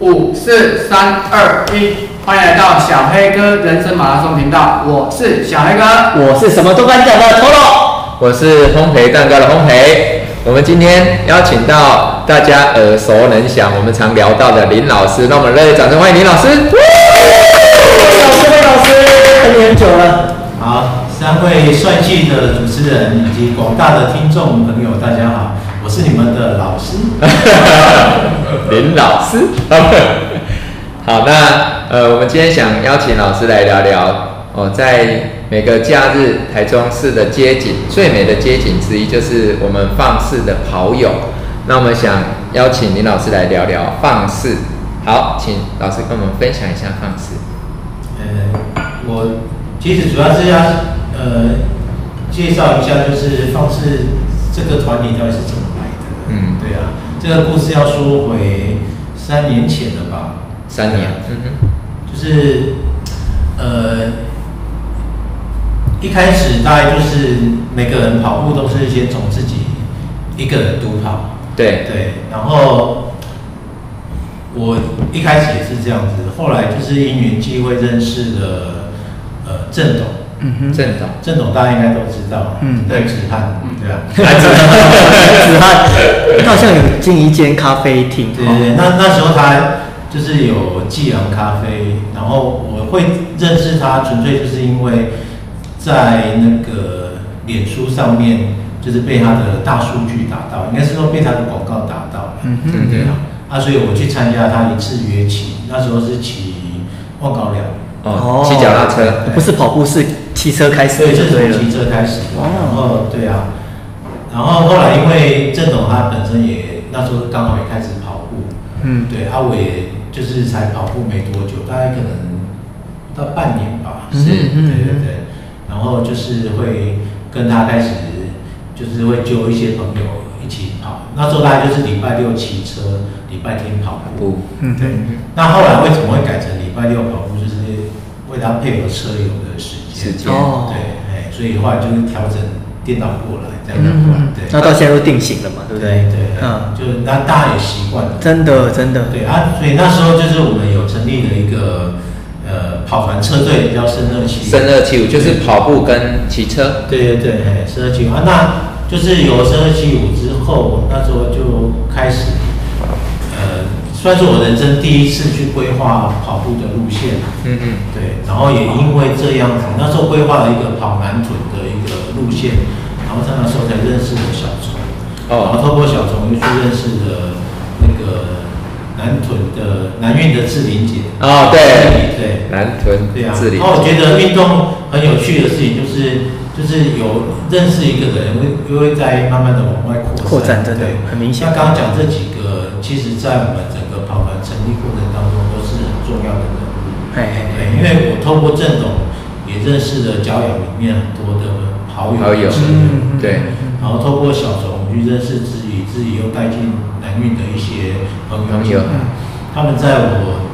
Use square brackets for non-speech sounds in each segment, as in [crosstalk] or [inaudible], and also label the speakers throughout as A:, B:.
A: 五四三二一，欢迎来到小黑哥人生马拉松频道，我是小黑哥。
B: 我是什么都敢讲的 Toro。
C: 我是烘焙蛋糕的烘焙。我们今天邀请到大家耳熟能详，我们常聊到的林老师，让我们热烈掌声欢迎林老师。
B: 老师，魏老师，等你很啊久了。
D: 好，三位帅气的主持人以及广大的听众朋友，大家好，我是你们的老师。
C: [laughs] 林老师。 [laughs] 好，那呃，我们今天想邀请老师来聊聊哦，在每个假日台中市的街景最美的街景之一，就是我们放肆的跑友。那我们想邀请林老师来聊聊放肆。好，请老师跟我们分享一下放肆。
D: 呃，我其实主要是要呃介绍一下，就是放肆这个团体到底是怎么来的。
C: 嗯
D: 对啊，这个故事要说回三年前了吧？
C: 三年，嗯哼，
D: 就是呃，一开始大概就是每个人跑步都是先从自己一个人独跑，
C: 对，
D: 对，然后我一开始也是这样子，后来就是因缘际会认识了呃郑董，
B: 嗯哼，
C: 正统，
D: 郑董大家应该都知道，
B: 嗯
D: 对，子涵，对啊，
B: 子嗯涵，他好像有进一间咖啡厅。
D: 对对对，那那时候他就是有寄养咖啡，然后我会认识他，纯粹就是因为在那个脸书上面，就是被他的大数据打到，应该是说被他的广告打到，
B: 嗯哼
D: 对啊，啊，所以我去参加他一次约骑，那时候是骑万高粱，
C: 哦，骑脚踏车，
B: 不是跑步，是骑车开始
D: 所以
B: 就
D: 这
B: 对
D: 是
B: 了
D: 从。骑车开始的，
B: 哦
D: 然后对啊，然后后来因为郑董他本身也那时候刚好也开始跑步，
B: 嗯，
D: 对，啊，我也就是才跑步没多久，大概可能不到半年吧。
B: 嗯嗯
D: 对对对。然后就是会跟他开始，就是会揪一些朋友一起跑。那时候大概就是礼拜六骑车，礼拜天跑步。
C: 不，
B: 嗯
D: 对。那后来为什么会改成礼拜六跑步？就是为他配合车友的时
C: 时
D: 间。
C: 间
B: 哦，
D: 对，哎，所以后来就是调整颠倒过来，这样子过来。
B: 嗯，
D: 对。
B: 那到现在都定型了嘛，对
D: 对
B: 不对？
D: 对对，
B: 嗯
D: 就是那大家也习惯了。
B: 真的，真的，
D: 对啊，所以那时候就是我们有成立了一个呃跑团车队，叫深二七。
C: 升二七五就是跑步跟骑车，
D: 对对对，嘿深二七五啊，那就是有深二七五之后，那时候就开始呃，算是我人生第一次去规划跑步的路线。啊
C: 嗯嗯，
D: 对，然后也因为这样子，那时候规划了一个跑南屯的一个路线，然后在那时候才认识了小虫，
C: 哦
D: 然后透过小虫又去认识了那个南屯的南运的志玲姐，
B: 哎
C: 哦对，哦
D: 对，
C: 南屯
D: 对啊
C: 治，理
D: 然，后我觉得运动很有趣的事情就是，就是有认识一个人，会就会在慢慢的往外
B: 扩
D: 扩
B: 展真的
D: 对
B: 很明显
D: 像刚刚讲这几个，其实在我们整个跑团成立过程当中都是很重要的人物。
B: 嘿嘿嘿
D: 对，因为我透过郑董也认识了交友里面很多的好友，
C: 好友
D: 是
B: 嗯，
C: 对
D: 然后透过小虫去认识自己，自己又带进南运的一些朋
C: 朋友
D: 友
B: 嗯
D: 进来他们在我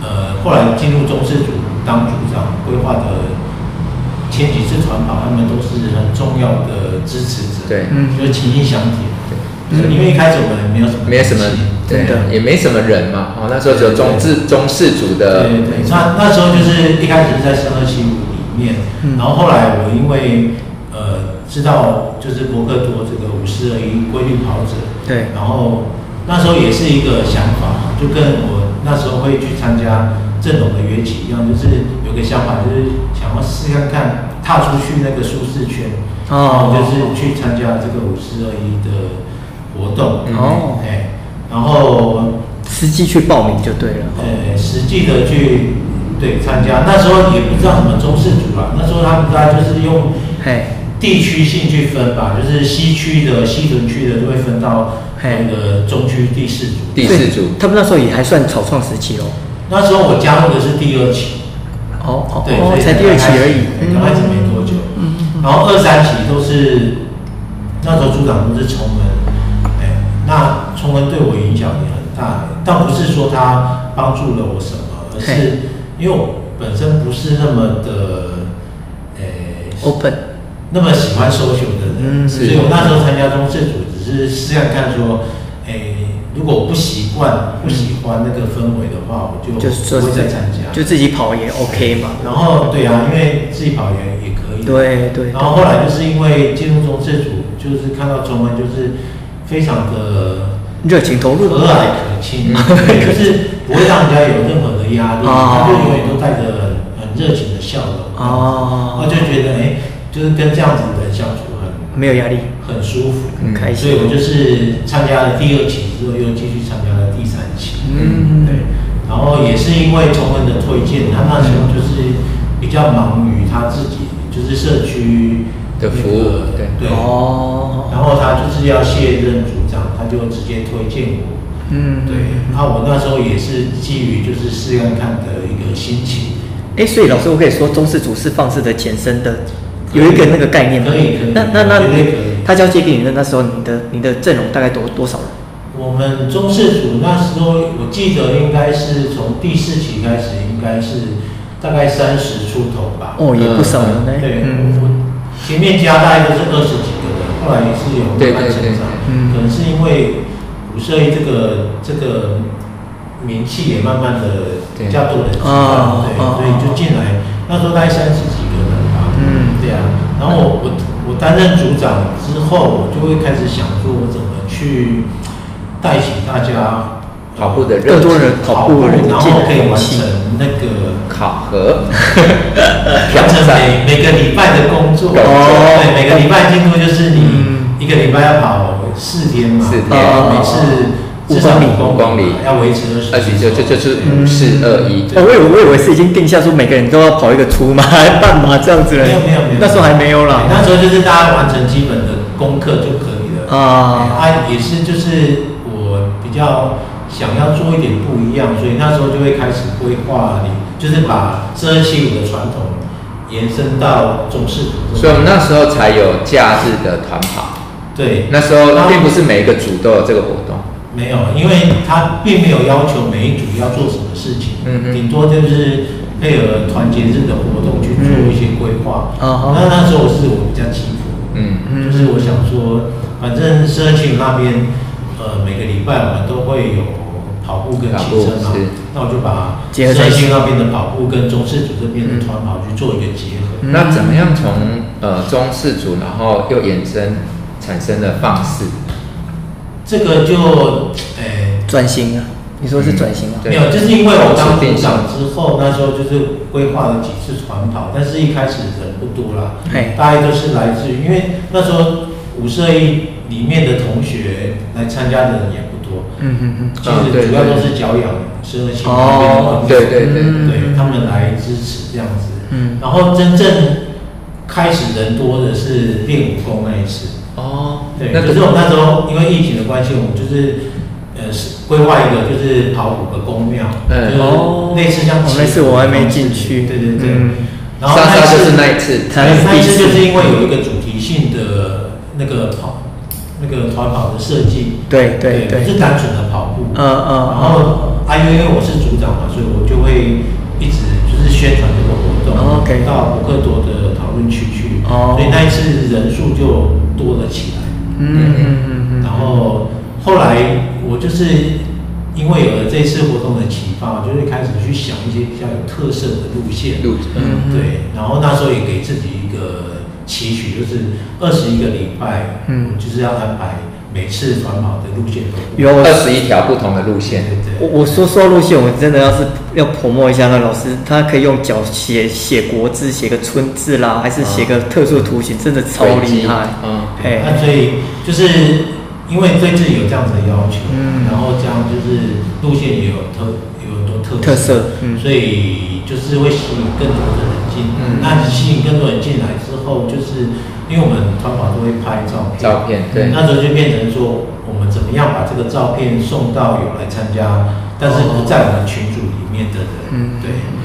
D: 呃后来进入中视组当组长规划的前几次团跑，他们都是很重要的支持者，
C: 对
B: 嗯
D: 就是情谊相挺，
B: 对
D: 就是因为一开始我们没有什么
C: 没有什么
D: 联系，
C: 对啊
B: 真的，
C: 也没什么人嘛，哦，那时候只有中
D: 对
C: 治中氏组的
D: 对，对，那那时候就是一开始是在三二七五里面，
B: 嗯
D: 然后后来我因为呃知道就是博克多这个五四二一规律跑者，
B: 对
D: 然后那时候也是一个想法，就跟我那时候会去参加正统的约骑一样，就是有个想法，就是想要试看看踏出去那个舒适圈，
B: 哦
D: 然后就是去参加这个五四二一的活动，
B: 哦
D: 哎，然后
B: 实际去报名就对了。
D: 呃，实际的去对参加。那时候也不知道什么中式组啦，那时候他们大概就是用
B: 嘿，
D: 地区性去分吧，就是西区的西屯区的就会分到
B: 嘿
D: 那个中区第四组。
C: 第四组，
B: 他们那时候也还算草创时期喽。
D: 那时候我加入的是第二期，
B: 哦哦
D: 对，所
B: 哦，
D: 以
B: 才第二期而已，嗯
D: 刚开始没多久。然后二三期都是那时候组长都是崇文，哎，那崇文对我影响也很大，但不是说他帮助了我什么，而
B: 嘿
D: 是因为我本身不是那么的，哎，
B: ，open，
D: 那么喜欢 social 的人，
B: 嗯
D: 所以我那时候参加中视组只是试看看说，哎，如果我不习惯、不喜欢那个氛围的话，我就
B: 就是说
D: 不会再参加。
B: 就自己跑也 OK 嘛。
D: 然后对啊，因为自己跑也也可以。
B: 对对
D: 然后后来就是因为进入中正组，就是看到中文就是非常的
B: 热情投入
D: 和蔼
B: [laughs]
D: 可亲，就是不会让人家有任何的压力，
B: 哦
D: 他就永远都带着很很热情的笑容。
B: 哦
D: 我就觉得哎，就是跟这样子的人相处很
B: 没有压力，
D: 很舒服。
B: 嗯很开
D: 所以我
B: 心。
D: 就是参加了第二期之后，又继续参加了第三期。
B: 嗯，
D: 对，然后也是因为崇文的推荐，他那时候就是比较忙于他自己，就是社区
C: 的服务
D: 那个
C: 对
D: 对。
B: 哦，
D: 然后他就是要卸任组长，他就直接推荐我。
B: 嗯，
D: 对，那我那时候也是基于就是试看看的一个心情，
B: 哎，所以老师，我可以说中式主式放式的前身的有一个那个概念吗？
D: 可以可以
B: 那那那
D: 绝对可以
B: 他交接给你的那时候，你的你的阵容大概多多少人？
D: 我们中视组那时候，我记得应该是从第四期开始，应该是大概三十出头吧。
B: 哦，也不少人呢。
D: 呃对，
B: 嗯，
D: 我前面加大概都是二十几个人，后来也是有慢慢成长
C: 对对对对，
B: 嗯
D: 可能是因为五社一这个这个名气也慢慢的
C: 对
D: 比较多人知
B: 哦
D: 道，对，
B: 哦
D: 所以就进来那时候大概三十几个人吧，
B: 嗯
D: 对啊，然后我我我担任组长之后，我就会开始想说我怎么去带起大家
C: 跑步的热
B: 更多
C: 情
B: 人跑步人
D: 然
B: 进
D: 后可以
B: 来
D: 完
B: 气
D: 成那个。
C: 考核， [laughs]
D: 完成每每个礼拜的工作，
C: 哦
D: 对，每个礼拜进度就是
B: 嗯
D: 你一个礼拜要跑四天嘛，
C: 四天哦
D: 每次至少
C: 五公里
D: 要维持
C: 二
D: 二
C: 十嗯
D: 十
C: 就就就是五四二一，
B: 哦，我以为我以为是已经定下说每个人都要跑一个出马、 [laughs] 半马这样子
D: 没
B: 了。
D: 有没有没有，
B: 那时候还没有
D: 对
B: 啦。
D: 那时候就是大家完成基本的功课就可以了
B: 啊
D: 啊，也是就是我比较想要做一点不一样，所以那时候就会开始规划你，就是把四二七五的传统延伸到中式组织，
C: 所以我们那时候才有假日的团跑。
D: 对
C: 那时候并不是每一个组都有这个活动，
D: 没有，因为他并没有要求每一组要做什么事情，
C: 嗯哼
D: 顶多就是配合团结日的活动去做一些规划。
B: 嗯啊哈
D: 那那时候是我比较辛苦，
C: 嗯，
B: 嗯
D: 就是我想说，反正社区那边，呃，每个礼拜我们都会有跑步跟骑车
C: 跑
D: 嘛
C: 步是，
D: 那我就把
B: 结合在
D: 社
B: 一起
D: 区那边的跑步跟中市组这边
C: 嗯
D: 的团跑去做一个结合。
B: 嗯
C: 那怎么样从呃中式组，然后又衍生产生了放式？
D: 这个就，呃诶、
B: 转型啊？你说是
D: 嗯
B: 转型啊？
C: 对
D: 没有，就是因为我当组长之后，那时候就是规划了几次团跑，但是一开始人不多啦
B: 嘿，
D: 大概都是来自于，因为那时候五社一里面的同学来参加的人也不多，
B: 嗯嗯
D: 其实主要都是教养十二期那边的
B: 哦
D: 同学，
C: 对对对对
B: 嗯
D: 对他们来支持这样子。
B: 嗯
D: 然后真正开始人多的是练武功那一次，
C: 哦，
D: 对，
C: 那
D: 可是我们那时候因为疫情的关系，我们就是呃是规划一个就是跑五个宫庙，
C: 嗯
D: 就是类似像
B: 哎哦
D: 祈福的方式、
B: 那次我还没进去
D: 对对对。
B: 嗯
D: 然后
C: 莎莎就是那一
D: 一次，
C: 次，
B: 她那是
D: 那一次
B: 第四
D: 就是因为有一个主题性的那个跑那个团跑的设计，
B: 对对
D: 不
B: 对，
D: 是单纯的跑步，
B: 嗯嗯
D: 然后啊，因为我是组长嘛，所以我就会一直就是宣传这个活动，
B: 哦，OK
D: 到博克多的讨论区去，
B: 哦
D: 所以那一次人数就多了起来。
B: 嗯嗯嗯嗯，
D: 然后后来我就是因为有了这次活动的启发，我就会开始去想一些比较有特色的路线，
C: 路
B: 嗯
D: 对，然后那时候也给自己一个期许，就是二十一个礼拜，
B: 嗯
D: 我就是要安排每次环保的路线都不一样
B: 有我
C: 嗯二十一条不同的路
D: 对
C: 线，
D: 对
B: 我
D: 对。
B: 我说说路线，我真的要是要泼墨一下那老师，他可以用脚写写国字，写个村字啦，还是写个
D: 啊
B: 特殊图形，真的超
C: 轨迹
B: 厉害。
C: 嗯，
B: 嘿
D: 那所以就是因为对自己有这样子的要求，
B: 嗯
D: 然后这样就是路线也有特有很多特
B: 特色嗯
D: 所以就是会吸引更多的人进。
C: 嗯
D: 那吸引更多人进来之后，就是因为我们团宝都会拍照片，
C: 照片对
D: 那时候就变成说我们怎么样把这个照片送到有来参加，但是不在我们群组里面的人，
B: 嗯
D: 对。
C: 嗯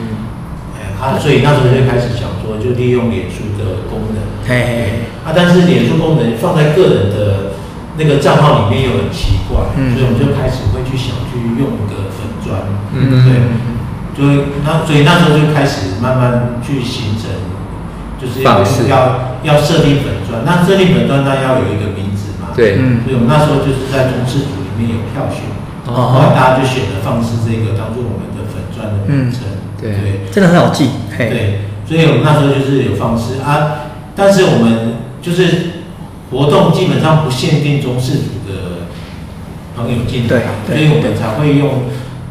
D: 哎啊，所以那时候就开始想说，就利用脸书的功能，
B: 嘿嘿
D: 对啊，但是脸书功能放在个人的那个账号里面又很奇怪，
B: 嗯
D: 所以我们就开始会去想去用一个粉砖，
C: 嗯
D: 对，就会那所以那时候就开始慢慢去形成，就是
C: 方
D: 要
C: 式
D: 要要设定粉砖，那设定粉砖那要有一个名字嘛，
C: 对，
B: 嗯
D: 所以我们那时候就是在同事组里面有票选，
C: 哦
D: 然后大家就选择放弃这个当做我们的粉砖的名称，
C: 嗯对
D: 对。
B: 真的很好记。嘿，
D: 对，所以我们那时候就是有放矢啊，但是我们就是活动基本上不限定中式组的朋友进
B: 对
D: 来，啊所
B: 对
D: 以我们才会用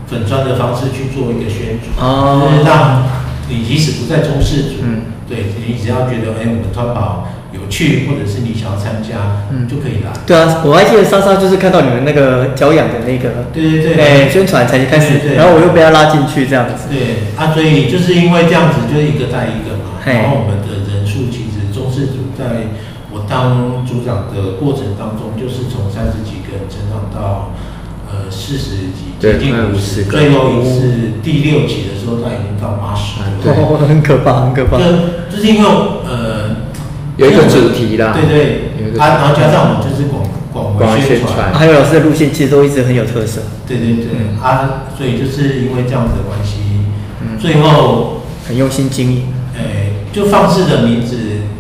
D: 粉砖的方式去做一个宣传，
B: 哦
D: 就是让你即使不在中式组，
B: 嗯
D: 对你只要觉得哎、我们穿宝有趣，或者是你想要参加，
B: 嗯
D: 就可以来。
B: 对啊，我还记得莎莎就是看到你们那个脚痒的那个，
D: 对对对，
B: 哎，宣传才开
D: 对
B: 始，
D: 对
B: 然后我又被她拉进去这样子。
D: 对啊，所以就是因为这样子，就是一个带一个嘛。
B: 嘿
D: 然后我们的人数其实中式组在我当组长的过程当中，就是从三十几个人成长到呃四十几，
C: 对
D: 接近
C: 快
D: 五
C: 50
D: 十。
C: 个
D: 最后一次第六期的时候，他已经到八十
C: 啊对
D: 了。
B: 哦，很可怕，很可怕。
D: 就就是因为呃
C: 有一个主题啦
D: 对
C: 有一
D: 对，
C: 个
D: 啊，然后加上我们就是广广
C: 广为
D: 为宣
C: 宣传
D: 传，
B: 还有老师的路线其实都一直很有特色，
D: 对对对啊，所以就是因为这样子的关系，
C: 嗯
D: 最后
B: 很用心经营，
D: 诶，呃就放肆的名字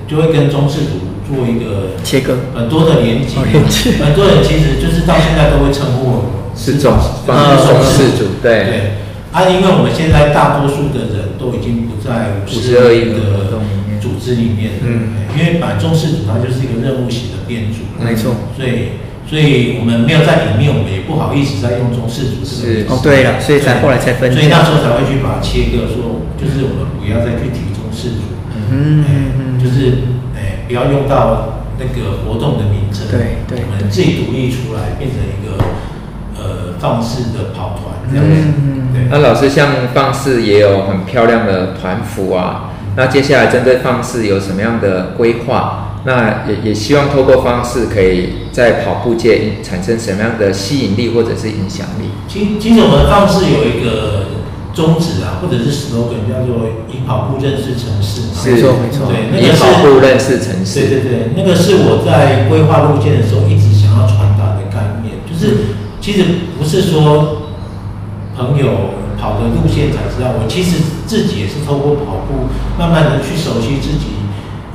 D: 就会跟中式组做一个
B: 切割。
D: 很多的连接
B: 哦连接，
D: 很多人其实就是到现在都会称呼我们
C: 是中
D: 呃
C: 帮中
D: 式
C: 式组对
D: 对。啊，因为我们现在大多数的人都已经不在
C: 52亿的活
D: 的
C: 动里面
D: 组织里面了，
C: 嗯
D: 嗯，因为把中式组它就是一个任务型的编组了，
B: 没错
D: 所以所以我们没有在里面，我们也不好意思再用中式组这
C: 是
D: 个名字
B: 哦，对了，所以才
D: 对
B: 后来才分
D: 所以那
B: 家。
D: 时候才会去把它切割，说就是我们不要再去提中式组，
B: 嗯嗯
D: 嗯，
B: 嗯，
D: 就是哎、不要用到那个活动的名称，
B: 对对
D: 我们自己独立出来，变成一个呃放肆的跑团这样子，
B: 嗯
D: 对，
C: 那老师像放肆也有很漂亮的团服啊，那接下来针对放肆有什么样的规划？那也也希望透过方式可以在跑步界产生什么样的吸引力或者是影响力？
D: 其其实我们放肆有一个宗旨啊，或者是 slogan 叫做以跑步认识城市嘛，
B: 没错没错
D: 对，那
C: 以
D: 个是
C: 跑步认识城市。
D: 对对对，那个是我在规划路线的时候一直想要传达的概念，
B: 嗯
D: 就是其实不是说朋友跑的路线才知道，我其实自己也是透过跑步慢慢的去熟悉自己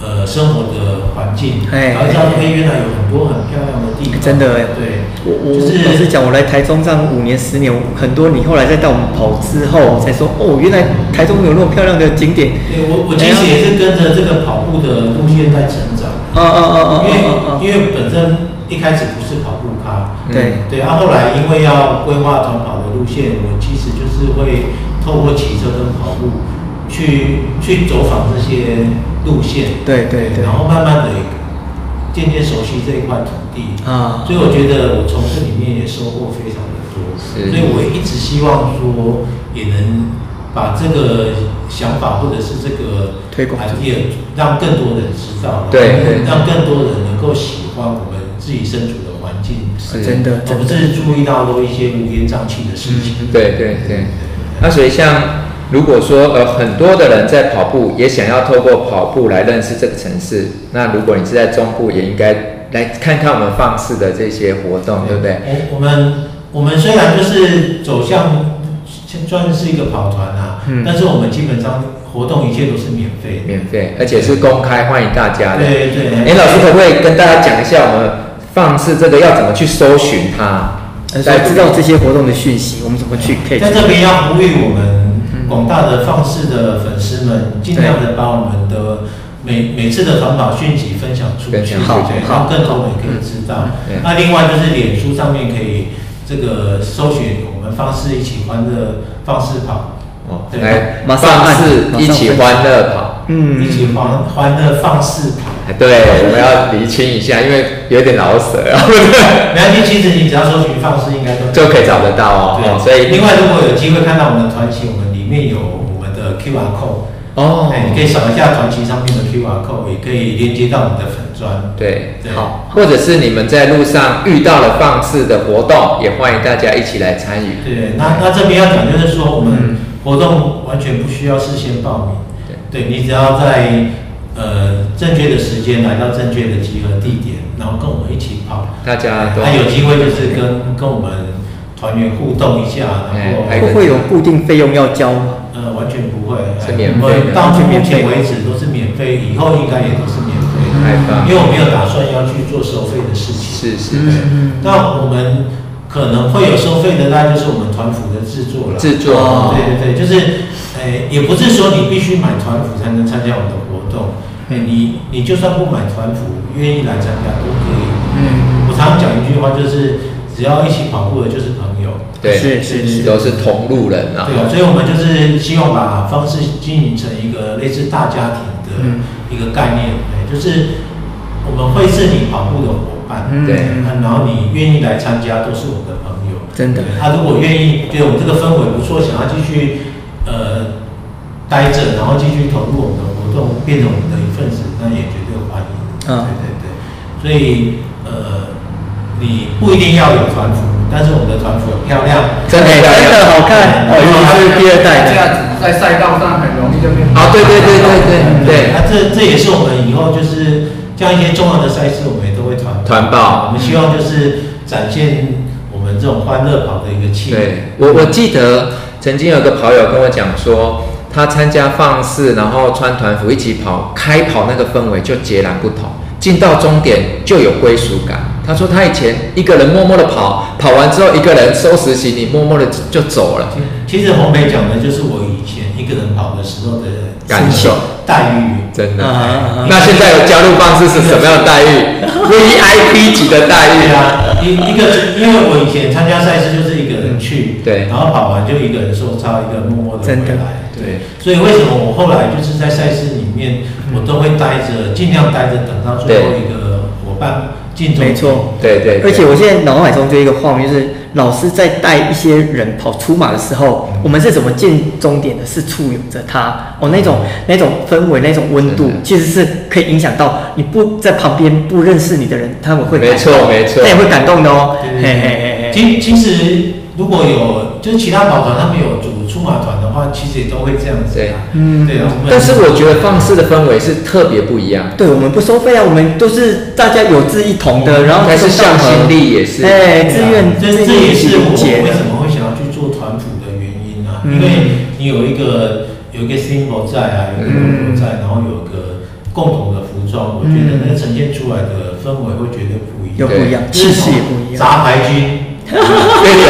D: 呃生活的环境，
B: 哎
D: 然后知道哎原来有很多很漂亮的地方，
B: 真的哎
D: 对，
B: 我我
D: 就是
B: 老实讲，我来台中这样五年十年，很多你后来再带我们跑之后，我才说哦，原来台中有那么漂亮的景点。
D: 对我我其实也是跟着这个跑步的路线在成长，
B: 哦哦哦哦
D: 因为
B: 哦哦
D: 因为本身一开始不是跑步咖，
B: 哦，对，
D: 对啊，后来因为要规划短跑的路线，我其实就是会透过骑车跟跑步去去走访这些路线，
B: 对对对
D: 然后慢慢的渐渐熟悉这一块土地，
B: 啊
D: 所，以我觉得我从这里面也收获非常的多，
C: 是
D: 所以我一直希望说也能把这个想法或者是这个
B: 推广出去
D: idea 让更多人知道，
C: 对对
D: 让更多人能够喜欢我们自己身处的环境，
C: 是
B: 真的
D: 而
B: 真
D: 不
B: 的，
D: 是注意到都一些乌烟瘴气的事
C: 嗯
D: 情。
C: 对对对。那所以像如果说呃很多的人在跑步，也想要透过跑步来认识这个城市，那如果你是在中部，也应该来看看我们放肆的这些活动，对不对？
D: 我我们我们虽然就是走向算是一个跑团啊，
B: 嗯
D: 但是我们基本上活动一切都是免费的。
C: 免费，而且是公开，欢迎大家的。
D: 对对
C: 哎，老师可不可以跟大家讲一下我们放肆这个要怎么去搜寻它？
B: 呃所以知道这些活动的讯息，我们怎么去 catch？
D: 在这边要呼吁我们广大的放肆的粉丝们，尽量的把我们的每每次的环保讯息分享出
C: 分
D: 去，
C: 享出去
D: 对
B: 好
D: 让更多人可以知道
C: 嗯嗯。
D: 那另外就是脸书上面可以这个搜寻我们放肆一起欢乐放肆跑，
C: 哦，
D: 对
C: 来，
B: 马上
C: 放
B: 按
C: 肆
B: 马上
C: 一起
B: 分
C: 欢乐跑。哎
B: 嗯，
D: 一起欢欢乐放肆跑。
C: 对，我们要厘清一下，因为有点老舍啊， [laughs]
D: 没关系，其实你只要搜寻放肆，应该都
C: 就可以找得到哦。
D: 对
C: 哦，所以
D: 另外，如果有机会看到我们的团旗，我们里面有我们的 QR code。
C: 哦
D: 哎，你可以扫一下团旗上面的 QR code，也可以连接到你的粉砖。
C: 对，
D: 对
C: 好，或者是你们在路上遇到了放肆的活动，也欢迎大家一起来参与。
D: 对，嗯那那这边要讲就是说，我们活动完全不需要事先报名，对你只要在呃正确的时间来到正确的集合地点，然后跟我们一起跑，
C: 大家都
D: 那有机会就是跟跟我们团员互动一下，然后
C: 哎
B: 会不会有固定费用要交吗？
D: 呃完全不会，
C: 是
D: 哎
C: 免费
D: 我们
C: 的
D: 到
B: 完全免
D: 目
B: 费
D: 前为止都是免费，以后应该也都是免费的，
C: 开放
D: 因为我没有打算要去做收费的事情。
C: 是是是，
B: 嗯，
D: 那我们可能会有收费的，那就是我们团服的制作了。
C: 制作
B: 哦
D: 对对对，就是，诶、也不是说你必须买团服才能参加我们的活动，诶、你你就算不买团服，愿意来参加都可以。
B: 嗯，
D: 我常常讲一句话，就是只要一起跑步的就是朋友。
C: 对，
B: 是是是
C: 都是同路人啊
D: 对。啊，所以我们就是希望把方式经营成一个类似大家庭的
B: 嗯
D: 一个概念，哎、就是我们会是你跑步的伙伴，
B: 嗯
C: 对
D: 嗯然后你愿意来参加都是我们的朋友，
B: 真的
D: 对他如果愿意觉得我们这个氛围不错，想要继续呃待着，然后继续投入我们的活动，变成我们的一份子，那也绝对欢迎。
B: 嗯
D: 对对对，所以呃，你不一定要有团服，但是我们的团服很漂亮。
C: 真的
B: 哎
C: 漂
B: 真的
C: 亮
B: 好看，哦，
D: 对
B: 尤其是第二代
A: 这
B: 的，
A: 样子在赛道上很容易就变。
C: 啊，对对对对对对，
D: 那啊这这也是我们以后就是像一些重要的赛事，我们也都会团
C: 团报
D: 我们希望就是展现我们这种欢乐跑的一个气氛。
C: 对我我记得曾经有个跑友跟我讲说，他参加放肆，然后穿团服一起跑，开跑那个氛围就截然不同。进到终点就有归属感。他说他以前一个人默默的跑，跑完之后一个人收拾行李，默默的就走了。
B: 嗯
D: 其实红梅讲的就是我以前一个人跑的时候的
C: 感受
D: 待遇。
C: 真的
B: 啊啊啊。
C: 嗯那现在有加入方式是什么样
B: [laughs]
C: 的待遇？VIP 级的待
D: 对
C: 遇啊！
D: 啊，一一个人，因为我以前参加赛事就是一个人去，
C: 嗯对
D: 然后跑完就一个人受操，一个人默默的回
B: 真的
D: 来，
C: 对
D: 对。所以为什么我后来就是在赛事里面，我都会待着，尽量待着，等到最后
C: 对
D: 一个伙伴进终点
B: 没错，
C: 对对，对
B: 而且我现在脑海中就有一个画面，就是老师在带一些人跑出马的时候，我们是怎么进终点的？是簇拥着他哦，那种那种氛围，那种温度
C: 嗯真的，
B: 其实是可以影响到你不在旁边不认识你的人，他们会感
C: 没错
B: 动
C: 没错嗯
B: 他也会感动的哦。嘿嘿嘿嘿，
D: 其其实如果有就是其他跑团他们有组出马团的话，其实也都会这样子、啊，
B: 嗯
D: 对啊。我们
C: 但是我觉得放肆的氛围是特别不一
B: [laughs]
C: 样。
B: 对我们不收费啊，我们都是大家有志一同的，然后
C: 但是
B: 都
C: 向
B: 上
C: 心
B: 门
C: 力也是
B: 哎，
D: 对
B: 自
D: 啊
B: 愿
D: 这
B: 自
D: 这
B: 愿
D: 也是我
B: 理解
D: 为什么会想要去做团辅的原因啊，
B: 嗯
D: 因为你有一个有一个 symbol 在啊，有一个 logo 在，然后有一个共同的服装，我觉得那个呈现出来的氛围会绝对不一
B: 又
D: 样，
B: 嗯不一样，
D: 就
B: 气
D: 是
B: 势也不一样，
D: 杂牌
B: [laughs]
D: 军，
C: 对对，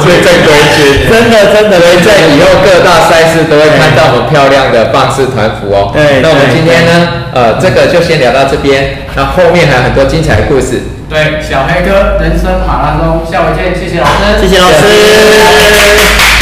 C: 最正规军，
B: 真的真的
C: 所以在以后各大赛事都会看到我们漂亮的棒式团服哦。
B: 对
C: 那我们
B: 对
C: 今天呢，呃，这个就先聊到这边，那后面还有很多精彩的故事。
A: 对，小黑哥人生马拉松，下回见，谢谢老师，
B: 谢谢老师。